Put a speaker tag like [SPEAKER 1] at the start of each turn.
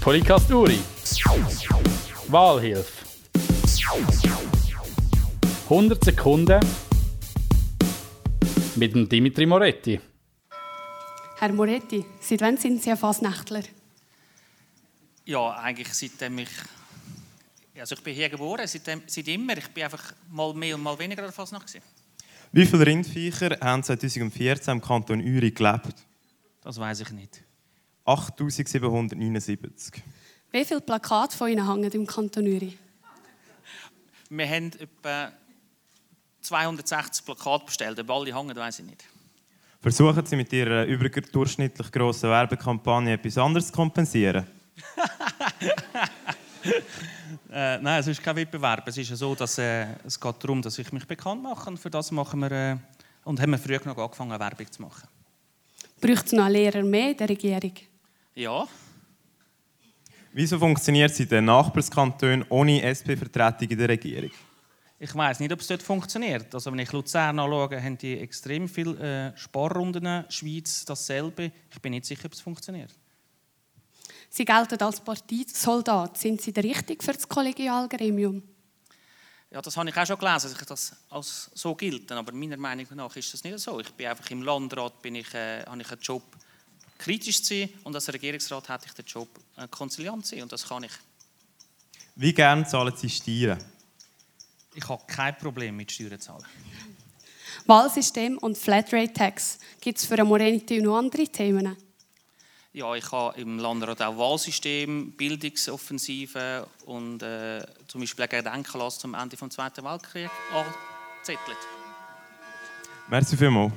[SPEAKER 1] Podcast Uri. Wahlhilfe. 100 Sekunden mit dem Dimitri Moretti.
[SPEAKER 2] Herr Moretti, seit wann sind Sie ein Fasnächtler?
[SPEAKER 3] Ja, eigentlich seitdem ich. Also ich bin hier geboren, seitdem, seit immer. Ich bin einfach mal mehr und mal weniger an der Fasnacht. gewesen.
[SPEAKER 4] Wie viele Rindviecher haben 2014 im Kanton Uri gelebt?
[SPEAKER 3] Das weiß ich nicht.
[SPEAKER 4] 8779.
[SPEAKER 2] Wie viele Plakate von Ihnen hängen im Kanton Uri?
[SPEAKER 3] Wir haben etwa 260 Plakate bestellt. Ob alle hängen, weiß ich nicht.
[SPEAKER 4] Versuchen Sie mit Ihrer überdurchschnittlich grossen Werbekampagne etwas anderes zu kompensieren?
[SPEAKER 3] Äh, nein, es ist kein Wettbewerb. Es ist ja so, dass äh, es geht darum, dass ich mich bekannt mache. Und für das machen wir äh, und haben wir früher noch angefangen, Werbung zu machen.
[SPEAKER 2] Braucht es noch einen Lehrer mehr in der Regierung?
[SPEAKER 3] Ja,
[SPEAKER 4] Wieso funktioniert es in den Nachbarskantonen ohne SP-Vertretung in der Regierung?
[SPEAKER 3] ich weiß nicht, ob es dort funktioniert. Also wenn ich Luzern anschaue, haben die extrem viele äh, Sparrunden. Schweiz dasselbe. Ich bin nicht sicher, ob es funktioniert.
[SPEAKER 2] Sie gelten als Parteisoldat. Sind Sie der Richtige für das Kollegialgremium?
[SPEAKER 3] Ja, das habe ich auch schon gelesen, dass ich das als so gilt. Aber meiner Meinung nach ist das nicht so. Ich bin einfach im Landrat, bin ich, äh, habe ich einen Job, kritisch zu sein. Und als Regierungsrat hatte ich den Job, äh, konziliant zu sein. Und das kann ich.
[SPEAKER 4] Wie gern zahlen Sie Steuern?
[SPEAKER 3] Ich habe kein Problem mit Steuern zahlen.
[SPEAKER 2] Wahlsystem und Flatrate-Tax. Gibt es für einen Moretti noch andere Themen?
[SPEAKER 3] Ja, ich habe im Landrat auch Wahlsystem, Bildungsoffensive und äh, zum Beispiel gegen den Enkellass zum Ende des Zweiten Weltkriegs angezettelt.
[SPEAKER 4] Merci vielmals.